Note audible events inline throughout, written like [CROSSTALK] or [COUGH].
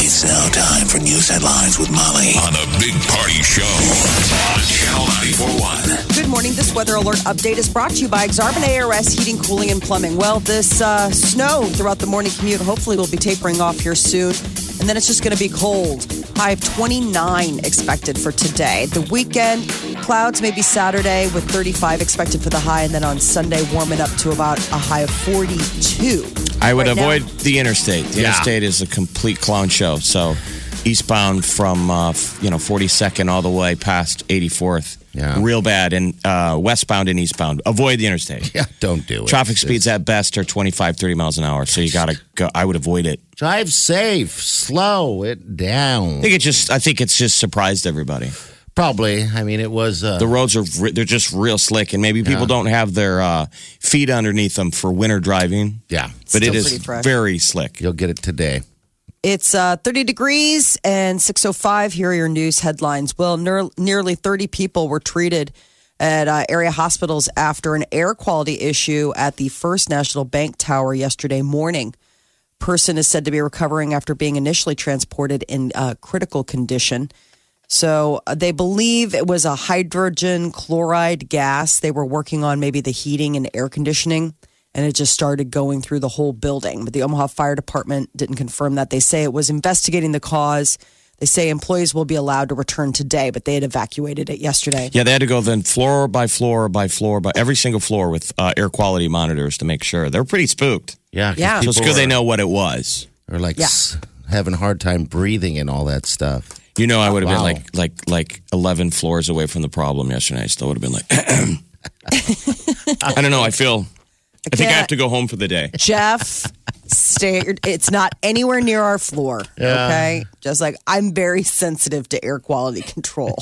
It's now time for news headlines with Molly on a big party show on Channel 941. Good morning. This weather alert update is brought to you by Exarban ARS Heating, Cooling, and Plumbing. Well, this uh, snow throughout the morning commute hopefully will be tapering off here soon, and then it's just going to be cold. High of 29 expected for today. The weekend, clouds maybe Saturday with 35 expected for the high, and then on Sunday, warming up to about a high of 42. I would Right now- avoid the interstate. The Yeah. interstate is a complete clown show. So eastbound from uh, f- you know 42nd all the way past 84th. Yeah. Real bad. And uh, westbound and eastbound. Avoid the interstate. Yeah, don't do it. Traffic It's- speeds at best are 25, 30 miles an hour. So you got to go. I would avoid it. Drive safe. Slow it I down. think it just, I think it's just surprised everybody. Probably. I mean, it was. Uh, The roads are, re- they're just real slick. And maybe people don't have their uh, feet underneath them for winter driving. yeah, But Still it is pretty fresh. very slick. you'll get it today. It's uh, 30 degrees and 6:05. Here are your news headlines. Well, ner- nearly 30 people were treated at uh, area hospitals after an air quality issue at the First National Bank Tower yesterday morning. Person is said to be recovering after being initially transported in uh, critical condition. So uh, they believe it was a hydrogen chloride gas. They were working on maybe the heating and air conditioning, and it just started going through the whole building. But the Omaha Fire Department didn't confirm that. They say it was investigating the cause. They say employees will be allowed to return today, but they had evacuated it yesterday. Yeah, they had to go then floor by floor by floor by every single floor with uh, air quality monitors to make sure. They're pretty spooked. Yeah, 'cause Yeah. So people it's good they are- know what it was. are like Yeah. s- having a hard time breathing and all that stuff. You know, I would have Wow. been like like like eleven floors away from the problem yesterday. I still would have been like, [CLEARS THROAT] I don't know. I feel. I think I have to go home for the day. Jeff, stay. At your, it's not anywhere near our floor. Okay, just like I'm very sensitive to air quality control.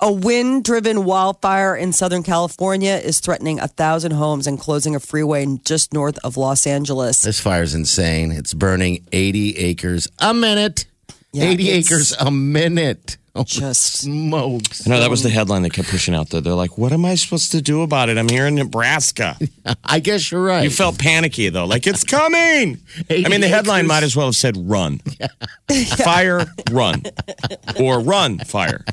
a wind-driven wildfire in Southern California is threatening a thousand homes and closing a freeway just north of Los Angeles. This fire's insane. It's burning 80 acres a minute. Yeah, 80 it's- acres a minute. Oh, Just smokes. No, that was the headline they kept pushing out there. They're like, "What am I supposed to do about it? I'm here in Nebraska." I guess you're right. You felt panicky though, like it's [LAUGHS] coming. I mean, the headline might as well have said "Run, fire, run," or "Run, fire."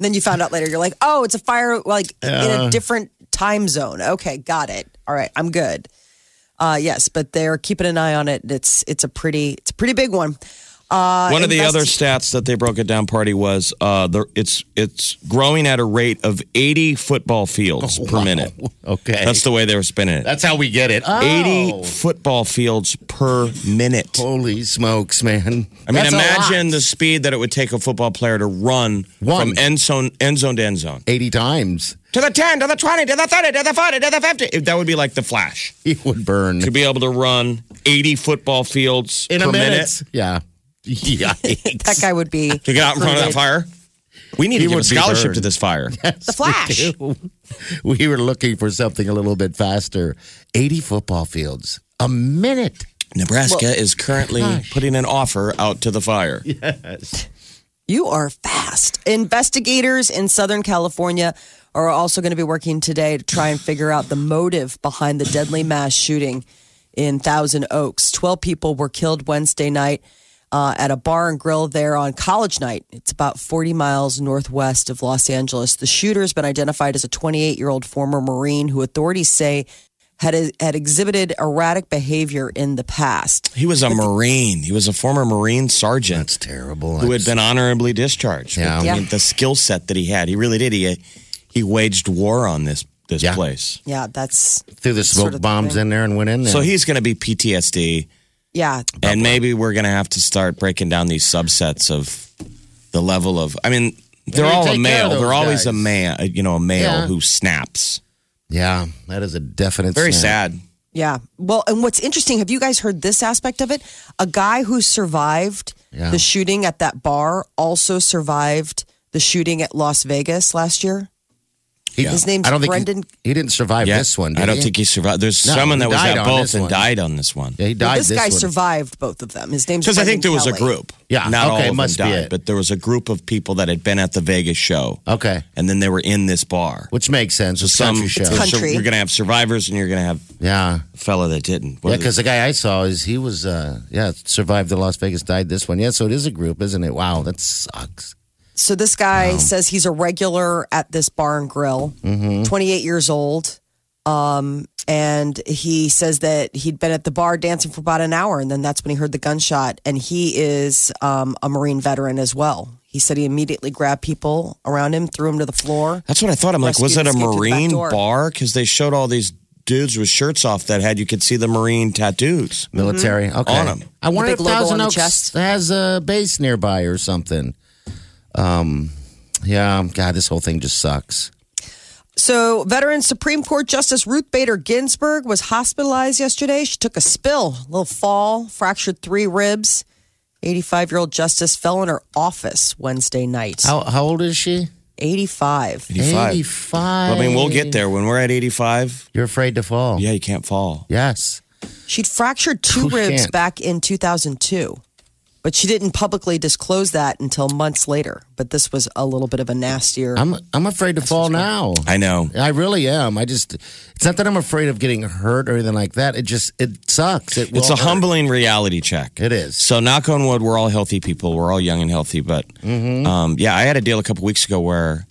then you found out later. You're like, oh, it's a fire like in a different time zone. Okay, got it. All right, I'm good. Uh, yes, but they're keeping an eye on it. It's it's a pretty it's a pretty big one. Uh, One of the invest- other stats that they broke it down party was uh, the, it's it's growing at a rate of 80 football fields per minute. Oh, Okay. That's the way they were spinning it. That's how we get it. Oh. 80 football fields per minute. Holy smokes, man. I mean, That's a imagine lot. the speed that it would take a football player to run One. from end zone end zone to end zone 80 times [LAUGHS] to the 10, to the 20, to the 30, to the 40, to the 50. It- That would be like the flash it would burn to be able to run 80 football fields per Yeah. [LAUGHS] Yeah. that guy would [LAUGHS] be To get out in front of that fire. We need He to give a would be scholarship burned. to this fire. the Flash. we were looking for something a little bit faster. 80 football fields a minute. [LAUGHS] Nebraska is currently putting an offer out to the fire. You are fast. Investigators in Southern California are also going to be working today to try and figure out the motive behind the deadly mass shooting in Thousand Oaks. 12 people were killed Wednesday night uh, at a bar and grill there on college night. It's about 40 miles northwest of Los Angeles. The shooter has been identified as a 28 year old former Marine who authorities say had, had exhibited erratic behavior in the past. He was a Marine. He was a former Marine sergeant It's terrible. who had been honorably discharged. Yeah. I mean, Yeah. the skill set that he had, he really did. He, he waged war on this, this Yeah. place. Yeah, that's, Threw the smoke sort of bombs thing. in there and went in there. So he's going to be PTSD. yeah, And maybe we're going to have to start breaking down these subsets of the level of. I mean, they're Maybe all a take care male. of They're those always a guys. man. You know, a male Yeah. who snaps. yeah, that is a definite Very snap. sad. Yeah. Well, and what's interesting, have you guys heard this aspect of it? A guy who survived Yeah. the shooting at that bar also survived the shooting at Las Vegas last year. He, His name's I don't think he- Brendan- He, didn't survive Yeah. this one. I did don't he? think he survived. There's No, someone he that was died at on both this and one. died on this one. Yeah, he died. this, guy one. survived both of them. His name's Because I think there Brendan was a Kelly. group. Yeah, Not okay, all of must be them died, it. but there was a group of people that had been at the Vegas show. Okay, And then they were in this bar. which makes sense. It's Some country show. so Country. you're gonna have survivors and you're gonna have yeah, a fella that didn't. What yeah. are Because the guy I saw is he was uh yeah survived the Las Vegas, died this one. Yeah, so it is a group, isn't it? Wow, that sucks. So this guy says he's a regular at this bar and grill, 28 years old. Um, and he says that he'd been at the bar dancing for about an hour. And then that's when he heard the gunshot. And he is um, a Marine veteran as well. He said he immediately grabbed people around him, threw him to the floor. That's what I thought. I'm like, was Rescue it a escaped through the back Marine door. bar? Because they showed all these dudes with shirts off that had you could see the Marine tattoos. Military. Okay. Mm-hmm. On 'em. I wonder big if logo on Thousand the Oaks chest. has a base nearby or something. Um, yeah. God, this whole thing just sucks. So, veteran Supreme Court Justice Ruth Bader Ginsburg was hospitalized yesterday. She took a spill, a little fall, fractured three ribs. 85 year old Justice fell in her office Wednesday night. How how old is she? 85. 85. Eighty-five. I mean, we'll get there. When we're at 85, You're afraid to fall. yeah, you can't fall. Yes. She'd fractured two Who ribs can't? back in 2002, but she didn't publicly disclose that until months later. But this was a little bit of a nastier. [LAUGHS] I'm I'm afraid to fall now. I know. I really am. I just it's not that I'm afraid of getting hurt or anything like that. It just it sucks. It will It's a hurt. humbling reality check. It is. So, knock on wood, we're all healthy people. We're all young and healthy. But um, yeah, I had a deal a couple weeks ago where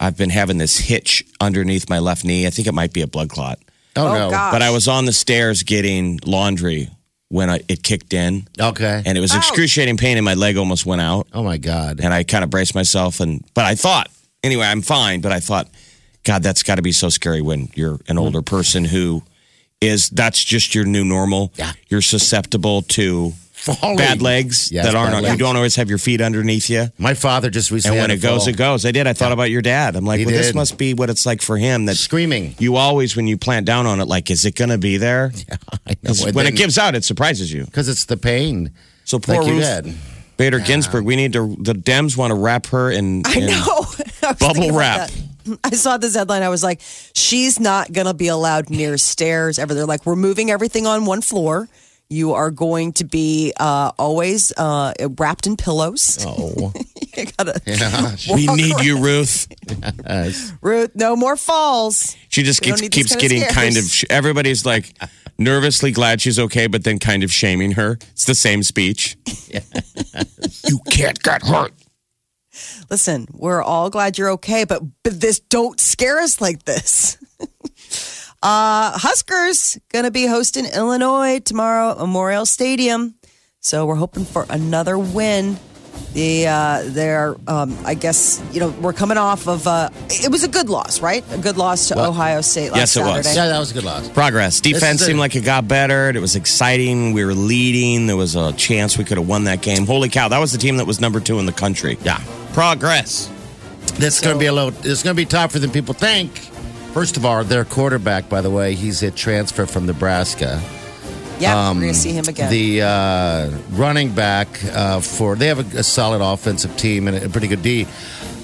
I've been having this hitch underneath my left knee. I think it might be a blood clot. Oh, Oh, no. God. But I was on the stairs getting laundry when I, it kicked in, Okay. and it was excruciating pain, and my leg almost went out. oh my God. and I kind of braced myself and but I thought anyway I'm fine but I thought god that's got to be so scary when you're an Mm. older person who is that's just your new normal Yeah. you're susceptible to Falling. bad legs Yes, that aren't bad you legs. don't always have your feet underneath you My father just and recently. when it had a fall. goes it goes I did I thought about your dad I'm like He well this did. must be what it's like for him that Screaming. you always when you plant down on it like is it going to be [LAUGHS] there I know. 'Cause when it gives out it surprises you because it's the pain. so poor like you Ruth did. Bader Ginsburg we need to the Dems want to wrap her in [LAUGHS] I in- know. I was Bubble thinking about wrap. that. [LAUGHS] I saw this headline. I was like, she's not going to be allowed near stairs ever. They're like, we're moving everything on one floor. You are going to be uh, always uh, wrapped in pillows. [LAUGHS] Oh, [LAUGHS] you gotta, [LAUGHS] we need [LAUGHS] you Ruth Ruth, no more falls. She just We don't keeps, need this keeps kind of getting kind of. scares. Everybody's like nervously glad she's okay, but then kind of shaming her. It's the same speech. you can't get hurt. listen, we're all glad you're okay, but, but this don't scare us like this. [LAUGHS] uh, Huskers going to be hosting Illinois tomorrow at Memorial Stadium. So we're hoping for another win. The uh, they're um, I guess you know we're coming off of uh, it was a good loss, right? A good loss to Ohio State last Yes, it was. Saturday. yeah, that was a good loss. Progress. Defense is a- seemed like it got better. It was exciting. We were leading. There was a chance we could have won that game. Holy cow! That was the team that was number two in the country. Yeah. Progress. That's going to be a little. It's going to be tougher than people think. First of all, their quarterback, by the way, he's a transfer from Nebraska. Yeah, we're Um, gonna see him again. The uh, running back uh, for they have a, a solid offensive team and a pretty good D.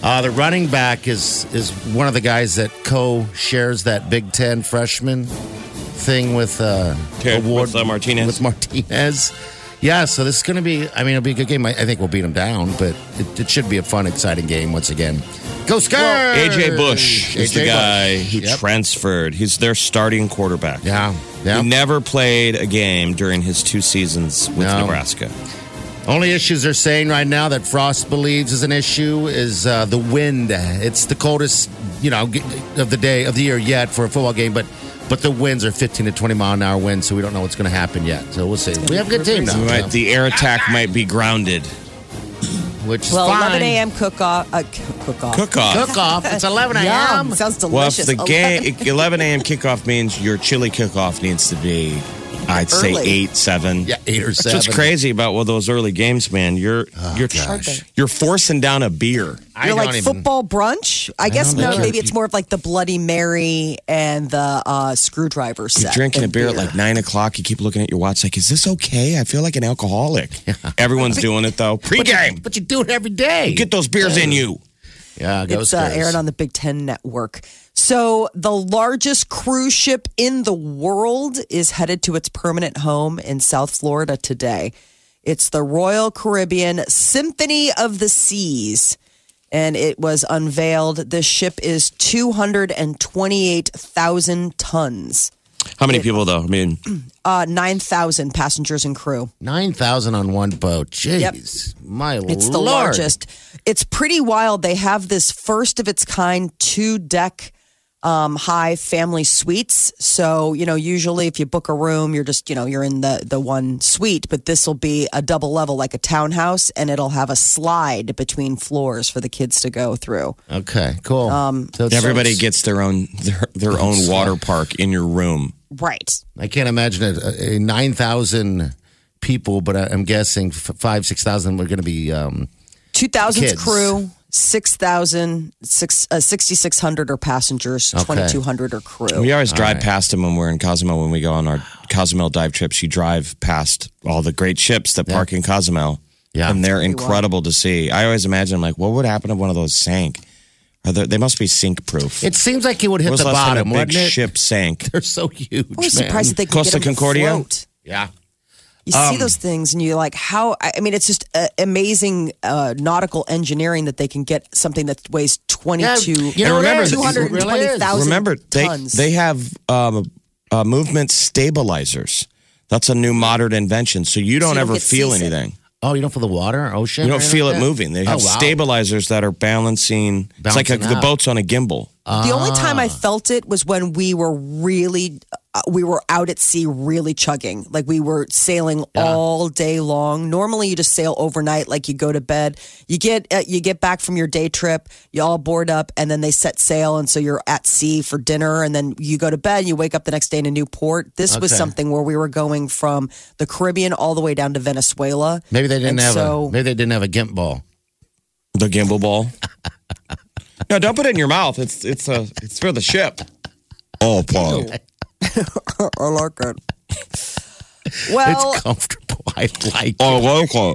Uh, the running back is is one of the guys that co shares that Big Ten freshman thing with uh, Ter- award with, uh, Martinez. With Martinez, yeah. So this is going to be. I mean, it'll be a good game. I, I think we'll beat them down, but it, it should be a fun, exciting game once again. Go Scar! AJ Bush is the guy who Yep. transferred. He's their starting quarterback. Yeah, yeah. He never played a game during his two seasons with No. Nebraska. Only issues they're saying right now that Frost believes is an issue is uh, the wind. It's the coldest, you know, g- of the day of the year yet for a football game, but but the winds are 15 to 20 mile an hour winds, so we don't know what's going to happen yet. So we'll see. We have a good team now, We might- yeah, the air attack might be grounded. which is well, fine. 11 a.m. cook off. Uh, cook off. Cook off. Cook off. It's [LAUGHS] 11 Yum, a.m. sounds Well, if delicious. the game 11 a.m. kickoff means your chili kickoff needs to be I'd say Early. eight, seven. Yeah, eight or That's seven. Oh, what's crazy about well those early games, man. You're you're gosh. you're forcing down a beer. I You're don't like even- football brunch. I, guess don't no. know. Maybe it's more of like the Bloody Mary and the uh, screwdriver set. You're drinking a and beer, at like nine o'clock. You keep looking at your watch, like, is this okay? I feel like an [LAUGHS] alcoholic. Everyone's doing it though. Pre-game, But you do it every day. get those beers in you. yeah, go It's uh, Spurs. aired on the Big Ten Network. So the largest cruise ship in the world is headed to its permanent home in South Florida today. It's the Royal Caribbean Symphony of the Seas, and it was unveiled. This ship is two hundred and twenty-eight thousand tons, How many people though? I mean, uh, nine thousand passengers and crew. 9,000 on one boat. Jeez. My lord. It's the largest. It's pretty wild. They have this first of its kind two deck um, high family suites. So, you know, usually if you book a room, you're just, you know, you're in the, the one suite, but this will be a double level, like a townhouse, and it'll have a slide between floors for the kids to go through. Okay, cool. Um, so it's- everybody gets their own their, their own water park in your room. Right. I can't imagine a, a 9,000 people, but I, I'm guessing f- five, 6,000 were going to be. Um, 2,000 Kids. crew. 6,000, six, uh, 6,600 are passengers, 2,200 are Oh, crew. We always drive past them when we're in Cozumel. When we go on our Cozumel dive trips, you drive past all the great ships that park in Cozumel. Yeah. and they're incredible to see. I always imagine, I'm like, what would happen if one of those sank? Are there, they must be sink proof. it seems like it would hit was the last time bottom, a big wouldn't it? ship sank. [LAUGHS] They're so huge. I was surprised that they could Costa get 'em to Concordia? Um, float. Yeah. You see those things and you're like, how? I I mean, it's just uh, amazing uh, nautical engineering that they can get something that weighs 22, you And know, remember, it is. It really is. 220,000 Remember, they tons. they have um, uh, movement stabilizers. That's a new modern invention. So you don't you don't ever get feel seasick. anything. Oh, you don't feel the water, or ocean? You or don't anything feel like it that? moving. They have oh, wow. stabilizers that are balancing. it's like a, Balancing the out. boat's on a gimbal. the only time Ah. I felt it was when we were really, uh, we were out at sea really chugging. Like we were sailing all day long. Normally you just sail overnight, like you go to bed, you get, uh, you get back from your day trip, you all board up and then they set sail. And so you're at sea for dinner and then you go to bed and you wake up the next day in a new port. This was Okay. something where we were going from the Caribbean all the way down to Venezuela. Maybe they And didn't have so- a. Maybe they didn't have a gimp ball. The gimbal ball. [LAUGHS] no, don't put it in your mouth. It's it's a it's for the ship. Oh, Paul. [LAUGHS] I like it. Well, it's comfortable. I like. it. Oh, local.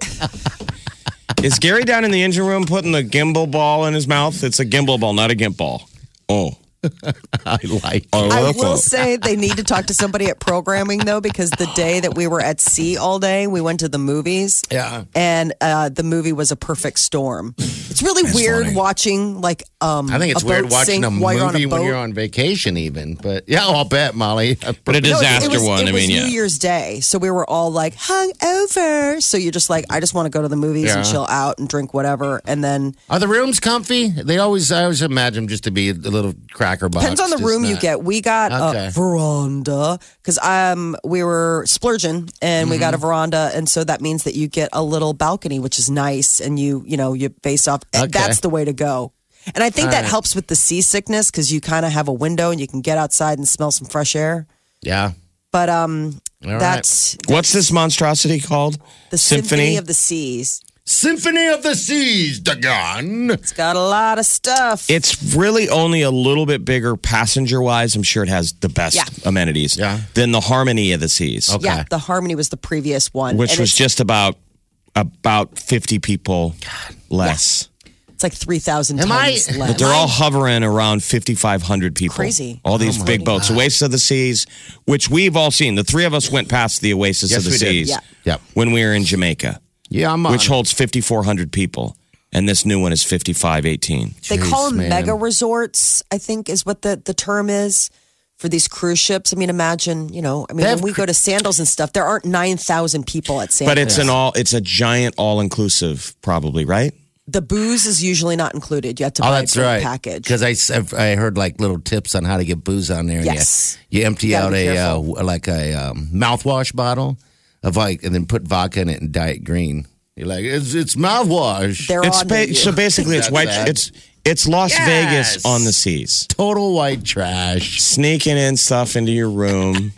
Is Gary down in the engine room putting the gimbal ball in his mouth? It's a gimbal ball, not a gimp ball. Oh, [LAUGHS] I like. it. oh, I will say they need to talk to somebody at programming though, because the day that we were at sea all day, we went to the movies. Yeah. And uh, the movie was a perfect storm. It's really weird funny. watching like um. I think it's a weird boat watching sink a movie while you're on a boat. when you're on vacation, even. But yeah, I'll bet Molly. [LAUGHS] But No, a it- disaster it was, one. It I was mean, New yeah. Year's Day, so we were all like hung over. So you're just like, I just want to go to the movies and Yeah. chill out and drink whatever, and then Are the rooms comfy? They always, I always imagine them just to be a little cracker box. Depends on the just room you not- get. We got Okay. a veranda because um we were splurging and we got a veranda, and so that means that you get a little balcony, which is nice, and you you know you face off. Okay. That's the way to go. And I think that right. helps with the seasickness because you kind of have a window and you can get outside and smell some fresh air. Yeah. But um, All that's What's this monstrosity called? the symphony of the seas. Symphony of the Seas, Dagon. It's got a lot of stuff. It's really only a little bit bigger passenger wise. I'm sure it has the best Yeah. amenities Yeah. than the Harmony of the Seas, Yeah, okay. the harmony was the previous one, which and was it's, just about about 50 people less. it's like three thousand Am I- tons less. But they're all hovering around 5,500 people. Crazy. All these Oh big boats. Oasis of the Seas, which we've all seen. The three of us went past the Oasis Yes, of the we did. Seas Yeah. Yep. when we were in Jamaica, Yeah, I'm on. which holds 5,400 people. And this new one is 5,518. They call them man. mega resorts, I think is what the, the term is for these cruise ships. I mean, imagine, you know, I mean, They when have we go to Sandals and stuff, there aren't 9,000 people at Sandals. But it's an all, it's a giant all inclusive, probably, right? the booze is usually not included. You have to Oh, buy that's a drink right. package. Because I, s- I've- I heard like little tips on how to get booze on there. and you- Yes. You, empty You out gotta be a uh, w- like a um, mouthwash bottle of like, and then put vodka in it and dye it green. You're like, it's it's mouthwash. [LAUGHS] They're It's on ba- you. so basically it's That's white bad. it's it's Las Yes. Vegas on the seas. Total white [LAUGHS] trash. Sneaking in stuff into your room.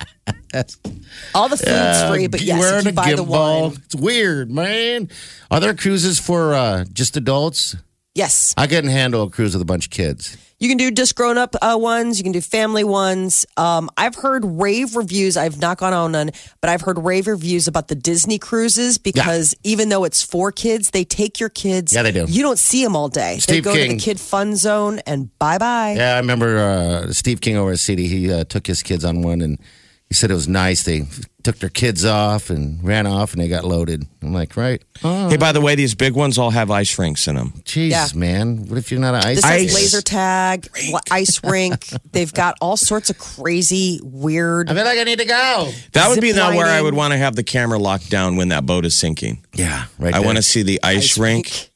All the food's uh, free, but yes, if wearing you a buy the gimbal. wine. It's weird, man. Are there cruises for uh, just adults? Yes. I couldn't handle a cruise with a bunch of kids. You can do just grown up uh, ones. You can do family ones. Um, I've heard rave reviews. I've not gone on none, but I've heard rave reviews about the Disney cruises because even though it's for kids, they take your kids. Yeah, they do. You don't see them all day. they Steve go to King. the kid fun zone and bye bye. Yeah, I remember uh, Steve King over at City. He uh, took his kids on one, and he said it was nice. They took their kids off and ran off, and they got loaded. I'm like, right, oh, Hey, by the way, these big ones all have ice rinks in them. jeez, Yeah. man. What if you're not an ice? This skater? has laser tag, li- ice [LAUGHS] rink. They've got all sorts of crazy, weird. I feel like I need to go. That would be Zip not where I lining. would want to have the camera locked down when that boat is sinking. Yeah, right. I there. want to see the ice, Ice rink, rink.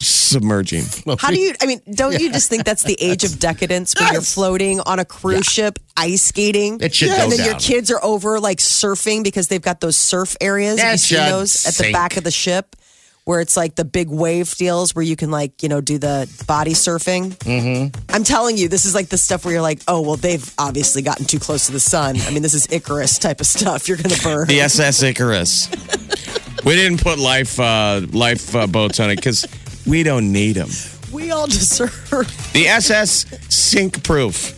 submerging. [LAUGHS] How do you? I mean, don't you just think that's the age of decadence when you're floating on a cruise ship, ice skating, It should and go then your down. kids are over like surfing because they've got those surf areas. That Have you seen should those at the sink. back of the ship where it's like the big wave deals where you can like you know do the body surfing. Mm-hmm. I'm telling you, this is like the stuff where you're like, oh well, they've obviously gotten too close to the sun. I mean, this is Icarus type of stuff. You're gonna burn. [LAUGHS] The SS Icarus. we didn't put life uh, life uh, boats on it because we don't need them. We all deserve. [LAUGHS] The SS sink proof.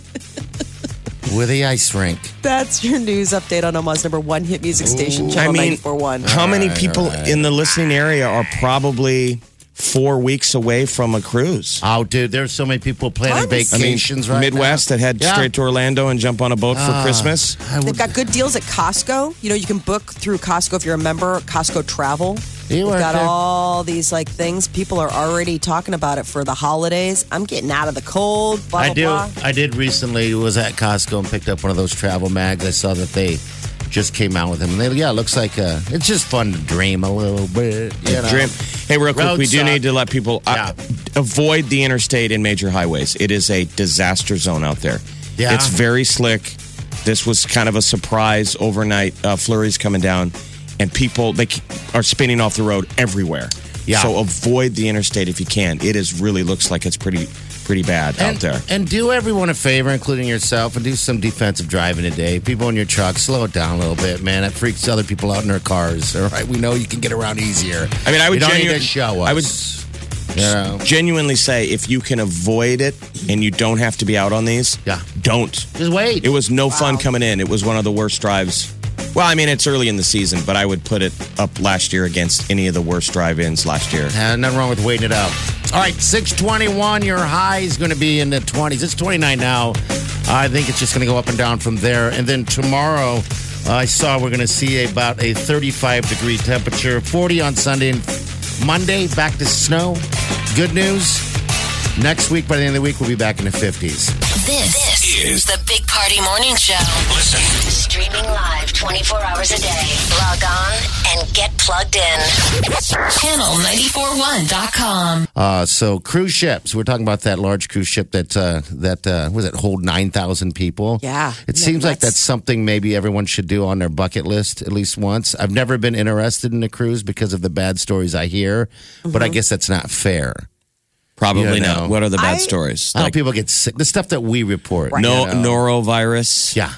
with the ice rink. That's your news update on Omaha's number one hit music station, I Channel mean, 941. uh, how many people in the listening area are probably four weeks away from a cruise? Oh, dude, there's so many people planning Tons. I vacations right Midwest now. that head Yeah. Ah. straight to Orlando and jump on a boat for Christmas. I They've would, got good deals at Costco. You know, you can book through Costco if you're a member, Costco Travel. You They've are got there. all these like things. People are already talking about it for the holidays. I'm getting out of the cold, blah, I blah, do. blah. I did recently was at Costco and picked up one of those travel mags. I saw that they just came out with them. And they, yeah, it looks like uh it's just fun to dream a little bit. You know? Dream. Hey, real quick, Road we do suck. need to let people uh, Yeah. avoid the interstate and major highways. It is a disaster zone out there. Yeah. It's very slick. This was kind of a surprise overnight. Uh, flurries coming down, and people they c- are spinning off the road everywhere. Yeah. So avoid the interstate if you can. It is really looks like it's pretty pretty bad out And, there. and do everyone a favor, including yourself, and do some defensive driving today. People in your truck, slow it down a little bit, man. That freaks other people out in their cars. All right, we know you can get around easier. I mean, I would you don't need genu- to show us. I would- you know? Genuinely say if you can avoid it and you don't have to be out on these, Yeah. don't. just wait. It was no fun coming in. It was one of the worst drives. Well, I mean, it's early in the season, but I would put it up last year against any of the worst drive ins last year. Uh, nothing wrong with waiting it out. All right, 621. Your high is going to be in the 20s. It's 29 now. I think it's just going to go up and down from there. And then tomorrow, I saw we're going to see about a 35 degree temperature, 40 on Sunday and Monday, back to snow. Good news. Next week, by the end of the week, we'll be back in the 50s. This, is the Big Party Morning Show. Listen. Streaming live 24 hours a day. Log on and get plugged in. Channel941.com. Uh, so cruise ships. We're talking about that large cruise ship that uh, that uh, was it hold nine thousand people. Yeah. it Yeah, seems like that's- that's something maybe everyone should do on their bucket list at least once. I've never been interested in a cruise because of the bad stories I hear, but Mm-hmm. I guess that's not fair. Probably Yeah, not. no. What are the bad I- stories? How Like people get sick. The stuff that we report. no you know? norovirus. Yeah,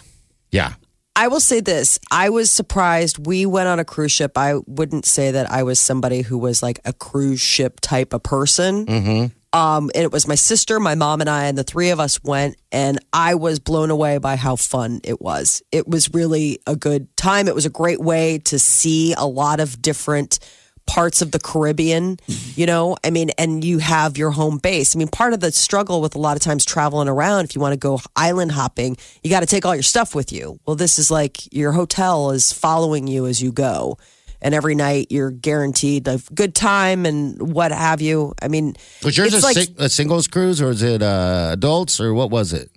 yeah. I will say this. I was surprised. We went on a cruise ship. I wouldn't say that I was somebody who was like a cruise ship type of person. Mm. Mm-hmm. Um, and it was my sister, my mom, and I, and the three of us went, and I was blown away by how fun it was. It was really a good time. It was a great way to see a lot of different parts of the Caribbean, you know? I mean, and you have your home base. I mean, part of the struggle with a lot of times traveling around, if you want to go island hopping, you got to take all your stuff with you. Well, this is like your hotel is following you as you go. And every night you're guaranteed a good time and what have you. I mean, Was yours a, it's like- sing- a singles cruise or is it uh, adults or what was it?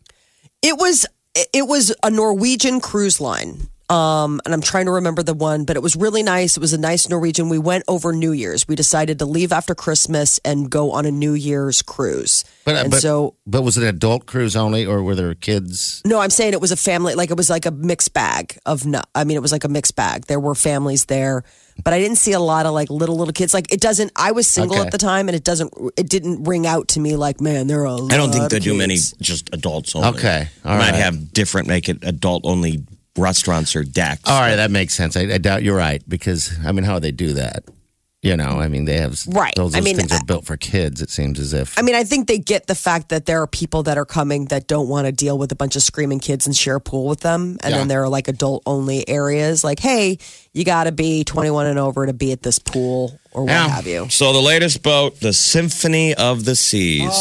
it was it was a Norwegian cruise line. Um, and I'm trying to remember the one, but it was really nice. It was a nice Norwegian. We went over New Year's. We decided to leave after Christmas and go on a New Year's cruise. But, uh, and but so, but was it an adult cruise only or were there kids? no, I'm saying it was a family, like it was like a mixed bag of, no, I mean, it was like a mixed bag. There were families there, but I didn't see a lot of like little, little kids. Like it doesn't, I was single Okay. at the time and it doesn't, it didn't ring out to me like, man, there are a I don't think lot they of do many kids. just adults only. Okay, all Might right. have different, make it adult only restaurants are decked. All right, that makes sense. I, I doubt you're right because I mean, how would they do that? You know, I mean, they have Right. Those, I those mean, uh, things I- are built for kids. It seems as if. I mean, I think they get the fact that there are people that are coming that don't want to deal with a bunch of screaming kids and share a pool with them. And then Yeah. there are like adult only areas like, hey, you got to be 21 and over to be at this pool or what Yeah. have you. So the latest boat, the Symphony of the Seas,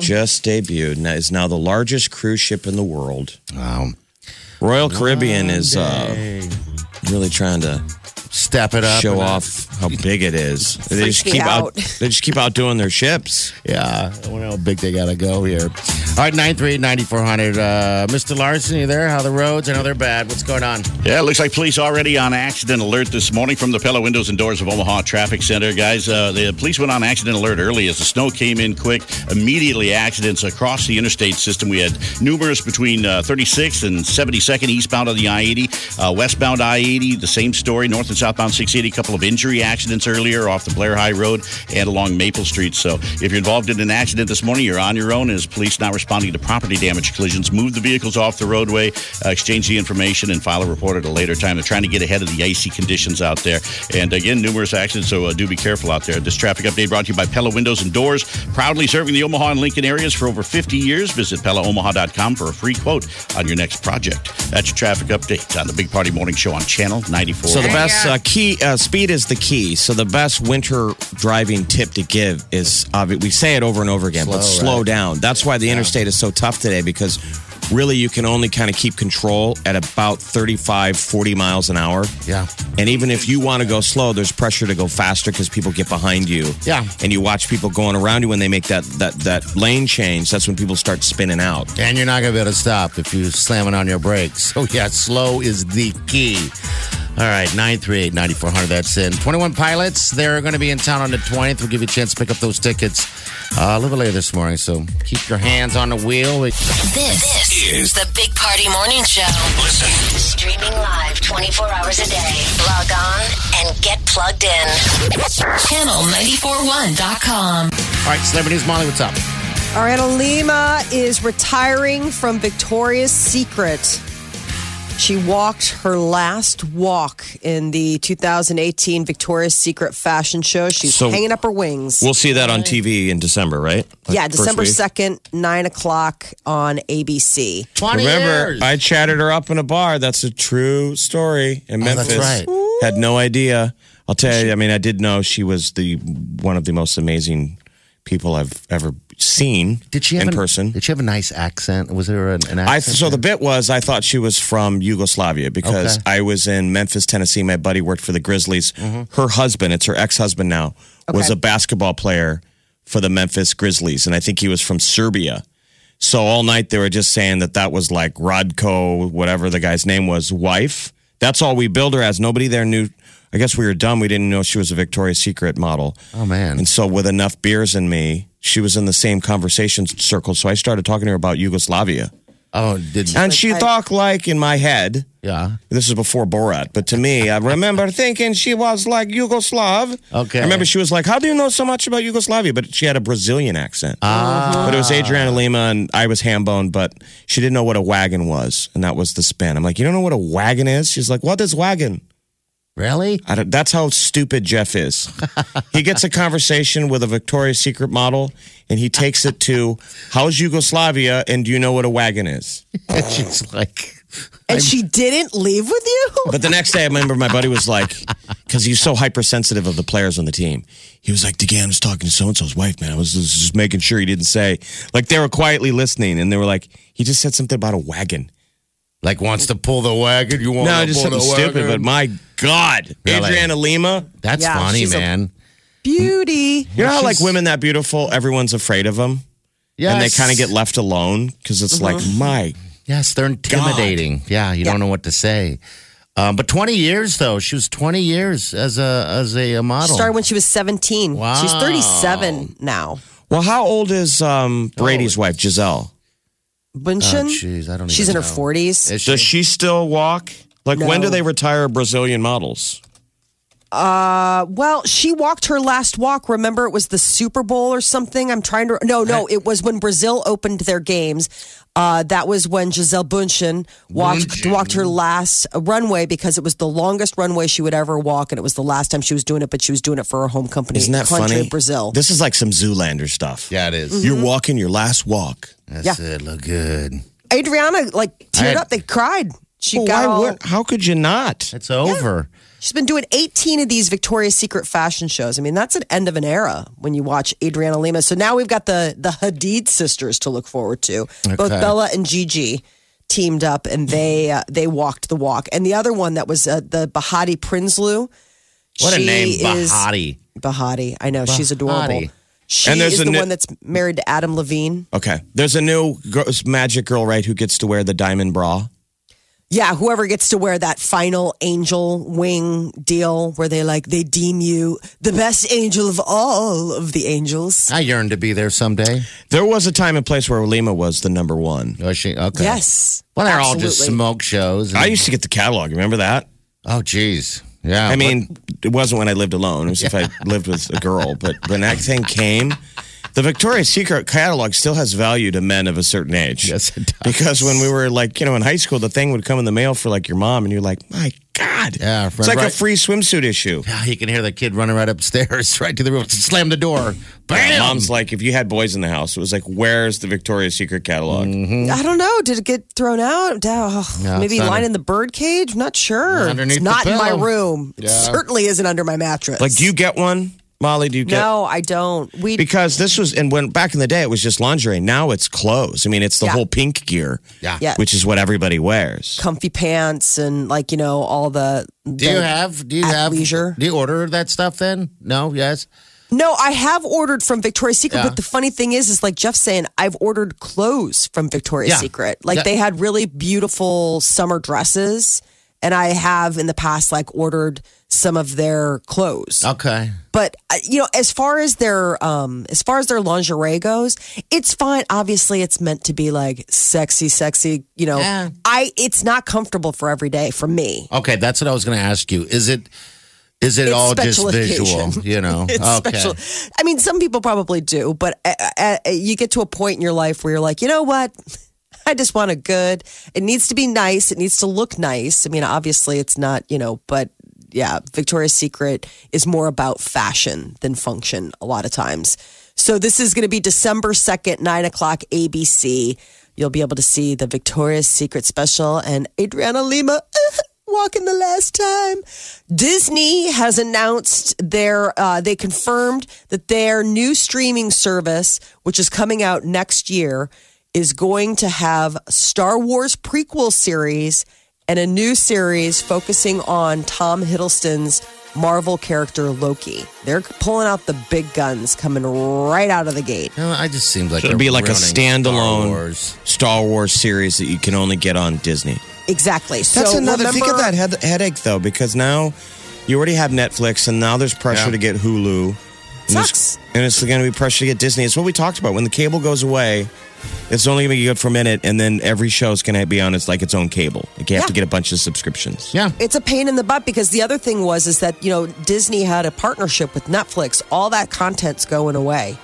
just debuted and is now the largest cruise ship in the world. wow. Royal Caribbean is uh, really trying to Step it up. show and, uh, off how big it is. They Freaks just me keep out. out. They just keep outdoing their ships. Yeah, I wonder how big they got to go here. All right, 938-9400. Uh, Mr. Larson, you there? How the roads? I know they're bad. What's going on? Yeah, it looks like police already on accident alert this morning from the Pella Windows and Doors of Omaha Traffic Center. Guys, uh, the police went on accident alert early as the snow came in quick. Immediately, accidents across the interstate system. We had numerous between uh, 36th and 72nd eastbound on the I 80, uh, westbound I 80, the same story, north and southbound 680. A couple of injury accidents earlier off the Blair High Road and along Maple Street. So if you're involved in an accident this morning, you're on your own as police not responding to property damage collisions. Move the vehicles off the roadway, uh, exchange the information, and file a report at a later time. They're trying to get ahead of the icy conditions out there. And again, numerous accidents, so uh, do be careful out there. This traffic update brought to you by Pella Windows and Doors, proudly serving the Omaha and Lincoln areas for over 50 years. Visit PellaOmaha.com for a free quote on your next project. That's your traffic update on the Big Party Morning Show on Channel 94. So the best uh, key uh, speed is the key. So the best winter driving tip to give is obvi- we say it over and over again, but Slow, slow right? down. That's why the interstate is so tough today because really you can only kind of keep control at about 35 40 miles an hour. Yeah. And even if you want to go slow, there's pressure to go faster because people get behind you. Yeah. And you watch people going around you when they make that that that lane change. That's when people start spinning out. And you're not going to be able to stop if you're slamming on your brakes. [LAUGHS] Oh, yeah, slow is the key. All right, 938-9400, that's in. 21 Pilots, they're going to be in town on the 20th. We'll give you a chance to pick up those tickets uh, a little later this morning, so keep your hands on the wheel. This, is the Big Party Morning Show. Listen. Streaming live 24 hours a day. Log on and get plugged in. Channel941.com. All right, Celebrity News, Molly, what's up? Ariana Lima is retiring from Victoria's Secret. She walked her last walk in the 2018 Victoria's Secret fashion show. She's So- hanging up her wings. We'll see that on TV in December, right? Like yeah, first December week? 2nd, 9 o'clock on ABC. 20 Remember, years. I chatted her up in a bar. That's a true story in Oh, that's Memphis. right. Had no idea. I'll tell you. I mean, I did know she was the one of the most amazing people I've ever seen. Did she have in an- person? Did she have a nice accent? Was there an, an accent? I so the bit was I thought she was from Yugoslavia because Okay. Mm-hmm. I was in Memphis, Tennessee. My buddy worked for the Grizzlies. Her husband, it's her ex-husband now, was Okay. a basketball player for the Memphis Grizzlies, and I think he was from Serbia. So all night they were just saying that that was like Rodko, whatever the guy's name was, wife. That's all we billed her as. Nobody there knew. I guess we were dumb. We didn't know she was a Victoria's Secret model. Oh, man. And so, with enough beers in me, she was in the same conversation circle. So I started talking to her about Yugoslavia. oh, did And she talked like in my head. yeah. This is before Borat, but to me, I remember thinking she was like Yugoslav. Okay. I remember she was like, How do you know so much about Yugoslavia? But she had a Brazilian accent. But it was Adriana Lima, and I was ham boned, but she didn't know what a wagon was. And that was the spin. I'm like, You don't know what a wagon is? She's like, What is wagon? Really? [LAUGHS] I don't, that's how stupid Jeff is. he gets a conversation with a Victoria's Secret model, and he takes it to, How's Yugoslavia? And do you know what a wagon is? And she's like, And she didn't leave with you? But the next day, I remember my buddy was like, because he's so hypersensitive of the players on the team. He was like, DeGan, I was talking to so and so's wife, man. I was just just making sure he didn't say, like, they were quietly listening and they were like, he just said something about a wagon. like wants to pull the wagon. You want No, to just pull something the wagon? stupid, but my God. Really? Adriana Lima. That's Yeah, funny, she's a- man. [LAUGHS] Beauty. You know how, like, She's- women that beautiful, everyone's afraid of them? And they kind of get left alone because it's like, my. Yes, they're intimidating. Yeah, you don't know what to say. Um, but 20 years though, she was 20 years as a as a, She uh, model. started when she was 17. She's Wow. 37 now. Well, how old is um, Brady's wife, Giselle? Bunchen? Oh, jeez, I don't She's in even her know. 40s. Is she? Does she still walk? Like, when do No. they retire Brazilian models? Uh, well, she walked her last walk. Remember, it was the Super Bowl or something. I'm trying to. No, no, it was when Brazil opened their games. Uh, that was when Giselle Bundchen walked walked her last runway because it was the longest runway she would ever walk, and it was the last time she was doing it. But she was doing it for her home company, Isn't that country, funny? Brazil. This is like some Zoolander stuff. Yeah, it Mm-hmm. is. You're walking your last walk. That's it. Look good. Adriana like teared I- up. They cried. She Well, got why all- would- how could you not? It's over. She's been doing 18 of these Victoria's Secret fashion shows. I mean, that's an end of an era when you watch Adriana Lima. So now we've got the the Hadid sisters to look forward to. Both Bella and Gigi teamed up and they uh, they walked the walk. And the other one that was uh, the Bahati Prinsloo. What She a name, is- Bahati. Bahati. I know she's adorable. Bahati. She And there's is a the ni- one that's married to Adam Levine. Okay. There's a new gr- magic girl, right, who gets to wear the diamond bra. Yeah, whoever gets to wear that final angel wing deal where they like they deem you the best angel of all of the angels. I yearn to be there someday. There was a time and place where Lima was the number one. Was she? Okay. Yes. Well, they're all just absolutely. smoke shows. and- I used to get the catalog. Remember that? oh, geez. Yeah. I mean, it wasn't when I lived alone. It was if I lived with a girl. But when that thing came, the Victoria's Secret catalog still has value to men of a certain age. Yes, it does. Because when we were like, you know, in high school, the thing would come in the mail for like your mom, and you're like, my God. Yeah, It's like a right. free swimsuit issue. Ah, you can hear the kid running right upstairs, [LAUGHS] right to the room. Slam the door. Bam. Yeah, Mom's like, if you had boys in the house, it was like, where's the Victoria's Secret catalog? Mm-hmm. I don't know. Did it get thrown out? Oh, No, maybe Mm. it's not lying in- in the birdcage? I'm not sure. Underneath it's not the in my pillow. room. It Yeah. certainly isn't under my mattress. Like, do you get one, Molly? Do you get? No, I don't. We Because this was, and when back in the day, it was just lingerie. Now it's clothes. I mean, it's the Yeah. whole pink gear, Yeah. Yeah. which is what everybody wears. comfy pants and like, you know, all the Do you have? Do you At have? leisure. Do you order that stuff then? No. Yes. No, I have ordered from Victoria's Secret, Yeah. but the funny thing is, is like Jeff's saying, I've ordered clothes from Victoria's Yeah. Secret. Like Yeah. they had really beautiful summer dresses, and I have in the past like ordered some of their clothes. Okay. But uh, you know, as far as their um, as far as their lingerie goes, it's fine. Obviously, it's meant to be like sexy, sexy. You know, Yeah. I it's not comfortable for every day for me. Okay. That's what I was going to ask you. Is it? Is it It's all just special visual? occasion. You know. [LAUGHS] It's okay. special. I mean, some people probably do, but uh, uh, uh, you get to a point in your life where you're like, you know what? [LAUGHS] I just want a good. It needs to be nice. It needs to look nice. I mean, obviously, it's not, you know, but yeah, Victoria's Secret is more about fashion than function a lot of times. So this is going to be December 2nd, 9 o'clock, ABC. You'll be able to see the Victoria's Secret special and Adriana Lima. [LAUGHS] walking the last time. Disney has announced their, uh, they confirmed that their new streaming service, which is coming out next year, is going to have Star Wars prequel series and a new series focusing on Tom Hiddleston's Marvel character Loki. They're pulling out the big guns coming right out of the gate. No, I just seems like So they're it'd be like a ruining Star standalone- Wars. Star Wars series that you can only get on Disney. Exactly. That's so another. Think of remember- that head, headache though, because now you already have Netflix, and now there's pressure Yeah. to get Hulu. And there's- Sucks. And it's going to be pressure to get Disney. It's what we talked about. When the cable goes away, it's only going to be good for a minute, and then every show's going to be on its like its own cable. Like you have Yeah. to get a bunch of subscriptions. Yeah. it's a pain in the butt because the other thing was is that you know Disney had a partnership with Netflix. All that content's going away.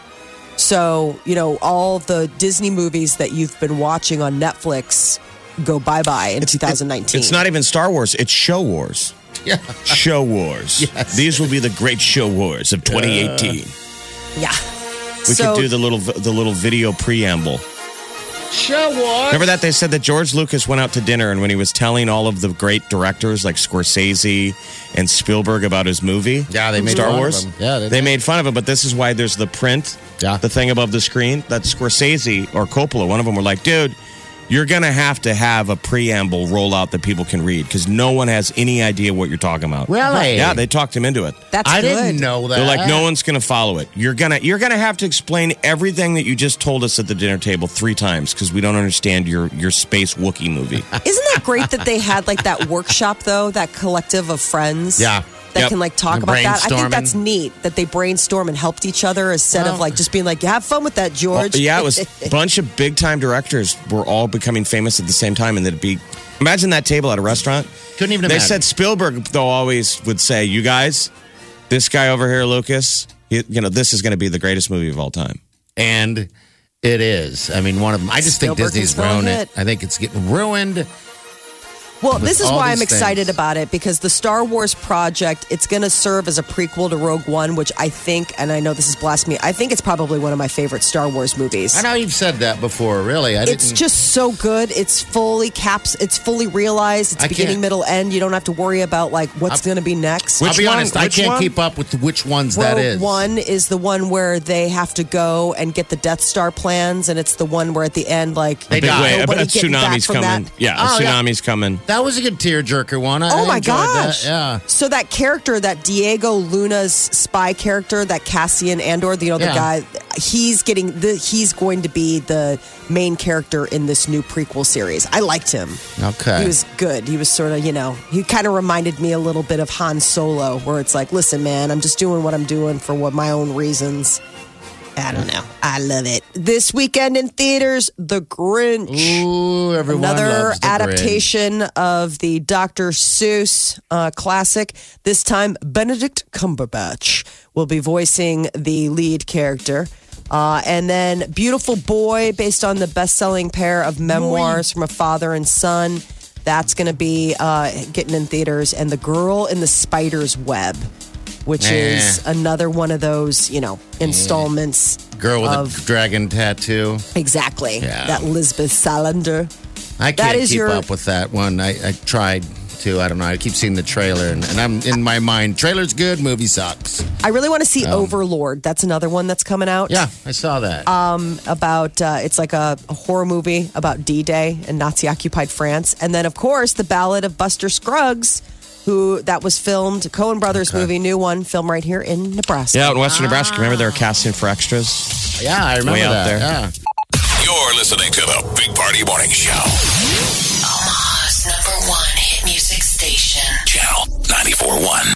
So you know all the Disney movies that you've been watching on Netflix go bye bye in 2019. It's not even Star Wars. It's Show Wars. Yeah. Show [LAUGHS] Wars. These will be the great Show Wars of 2018. yeah. we so, could do the little the little video preamble. Show Wars. Remember that they said that George Lucas went out to dinner, and when he was telling all of the great directors like Scorsese and Spielberg about his movie, Yeah, they made Star fun of Wars. him. Yeah, they, they did. made fun of him. But this is why there's the print, Yeah. the thing above the screen that Scorsese or Coppola, one of them, were like, "Dude, you're gonna have to have a preamble rollout that people can read because no one has any idea what you're talking about." Really? Yeah, they talked him into it. that's I good. didn't know that. They're like, no one's gonna follow it. You're gonna you're gonna have to explain everything that you just told us at the dinner table three times because we don't understand your your space [LAUGHS] Wookiee movie. Isn't that great that they had like that workshop though, that collective of friends? Yeah. That Yep. can like talk And about that. I think brainstorming. that's neat that they brainstorm and helped each other instead of like just being like, "Yeah, have fun with that, George." [LAUGHS] yeah, it was a bunch of big time directors were all becoming famous at the same time, and it'd be Imagine that table at a restaurant. Couldn't even They imagine. said Spielberg though always would say, "You guys, this guy over here, Lucas, he- you know, this is going to be the greatest movie of all time." and it is. I mean, one of them. I just Spielberg think Disney's is well ruined hit. it. I think it's getting ruined. Well, this is all why I'm these excited things. about it because the Star Wars project, it's going to serve as a prequel to Rogue One, which I think, and I know this is blasphemy, I think it's probably one of my favorite Star Wars movies. I know you've said that before. Really, I It's didn't. just so good. It's fully caps. It's fully realized. It's I beginning, can't- middle, end. You don't have to worry about like what's going to be next. I'll be one? honest. I Which can't one? keep up with which ones that Rogue is. One is the one where they have to go and get the Death Star plans, and it's the one where at the end, like They die. Wait, Nobody a, a getting back tsunami's from coming. that. Yeah, Oh, a yeah. tsunami's coming. That was a good tearjerker one. I, Oh I my enjoyed that. gosh! Yeah. So that character, that Diego Luna's spy character, that Cassian Andor, you know, the Yeah. guy, he's getting the he's going to be the main character in this new prequel series. I liked him. Okay. He was good. He was sort of, you know, he kind of reminded me a little bit of Han Solo, where it's like, listen, man, I'm just doing what I'm doing for what my own reasons. I don't know. I love it. This weekend in theaters, The Grinch. Ooh, everyone Another loves the Grinch. adaptation of the Dr. Seuss uh, classic. This time, Benedict Cumberbatch will be voicing the lead character. Uh, and then Beautiful Boy, based on the best selling pair of memoirs from a father and son. That's going to be uh, getting in theaters. And The Girl in the Spider's Web, which Eh. is another one of those, you know, installments. girl with of- a dragon tattoo. Exactly. Yeah. That Lisbeth Salander. I That can't is keep your- up with that one. I, I tried to. I don't know. I keep seeing the trailer, and, and I'm in my mind. Trailer's good. Movie sucks. I really want to see Overlord. That's another one that's coming out. Yeah, I saw that. Uh, About, uh, it's like a, a horror movie about D Day and Nazi occupied France. And then, of course, The Ballad of Buster Scruggs, who that was filmed, Cohen Brothers movie, new one, film right here in Nebraska. Yeah, out in Western Nebraska. Remember they were casting for extras. yeah, I remember way out that. there. Yeah. You're listening to the Big Party Morning Show. Omaha's number one hit music station. Channel 94.1.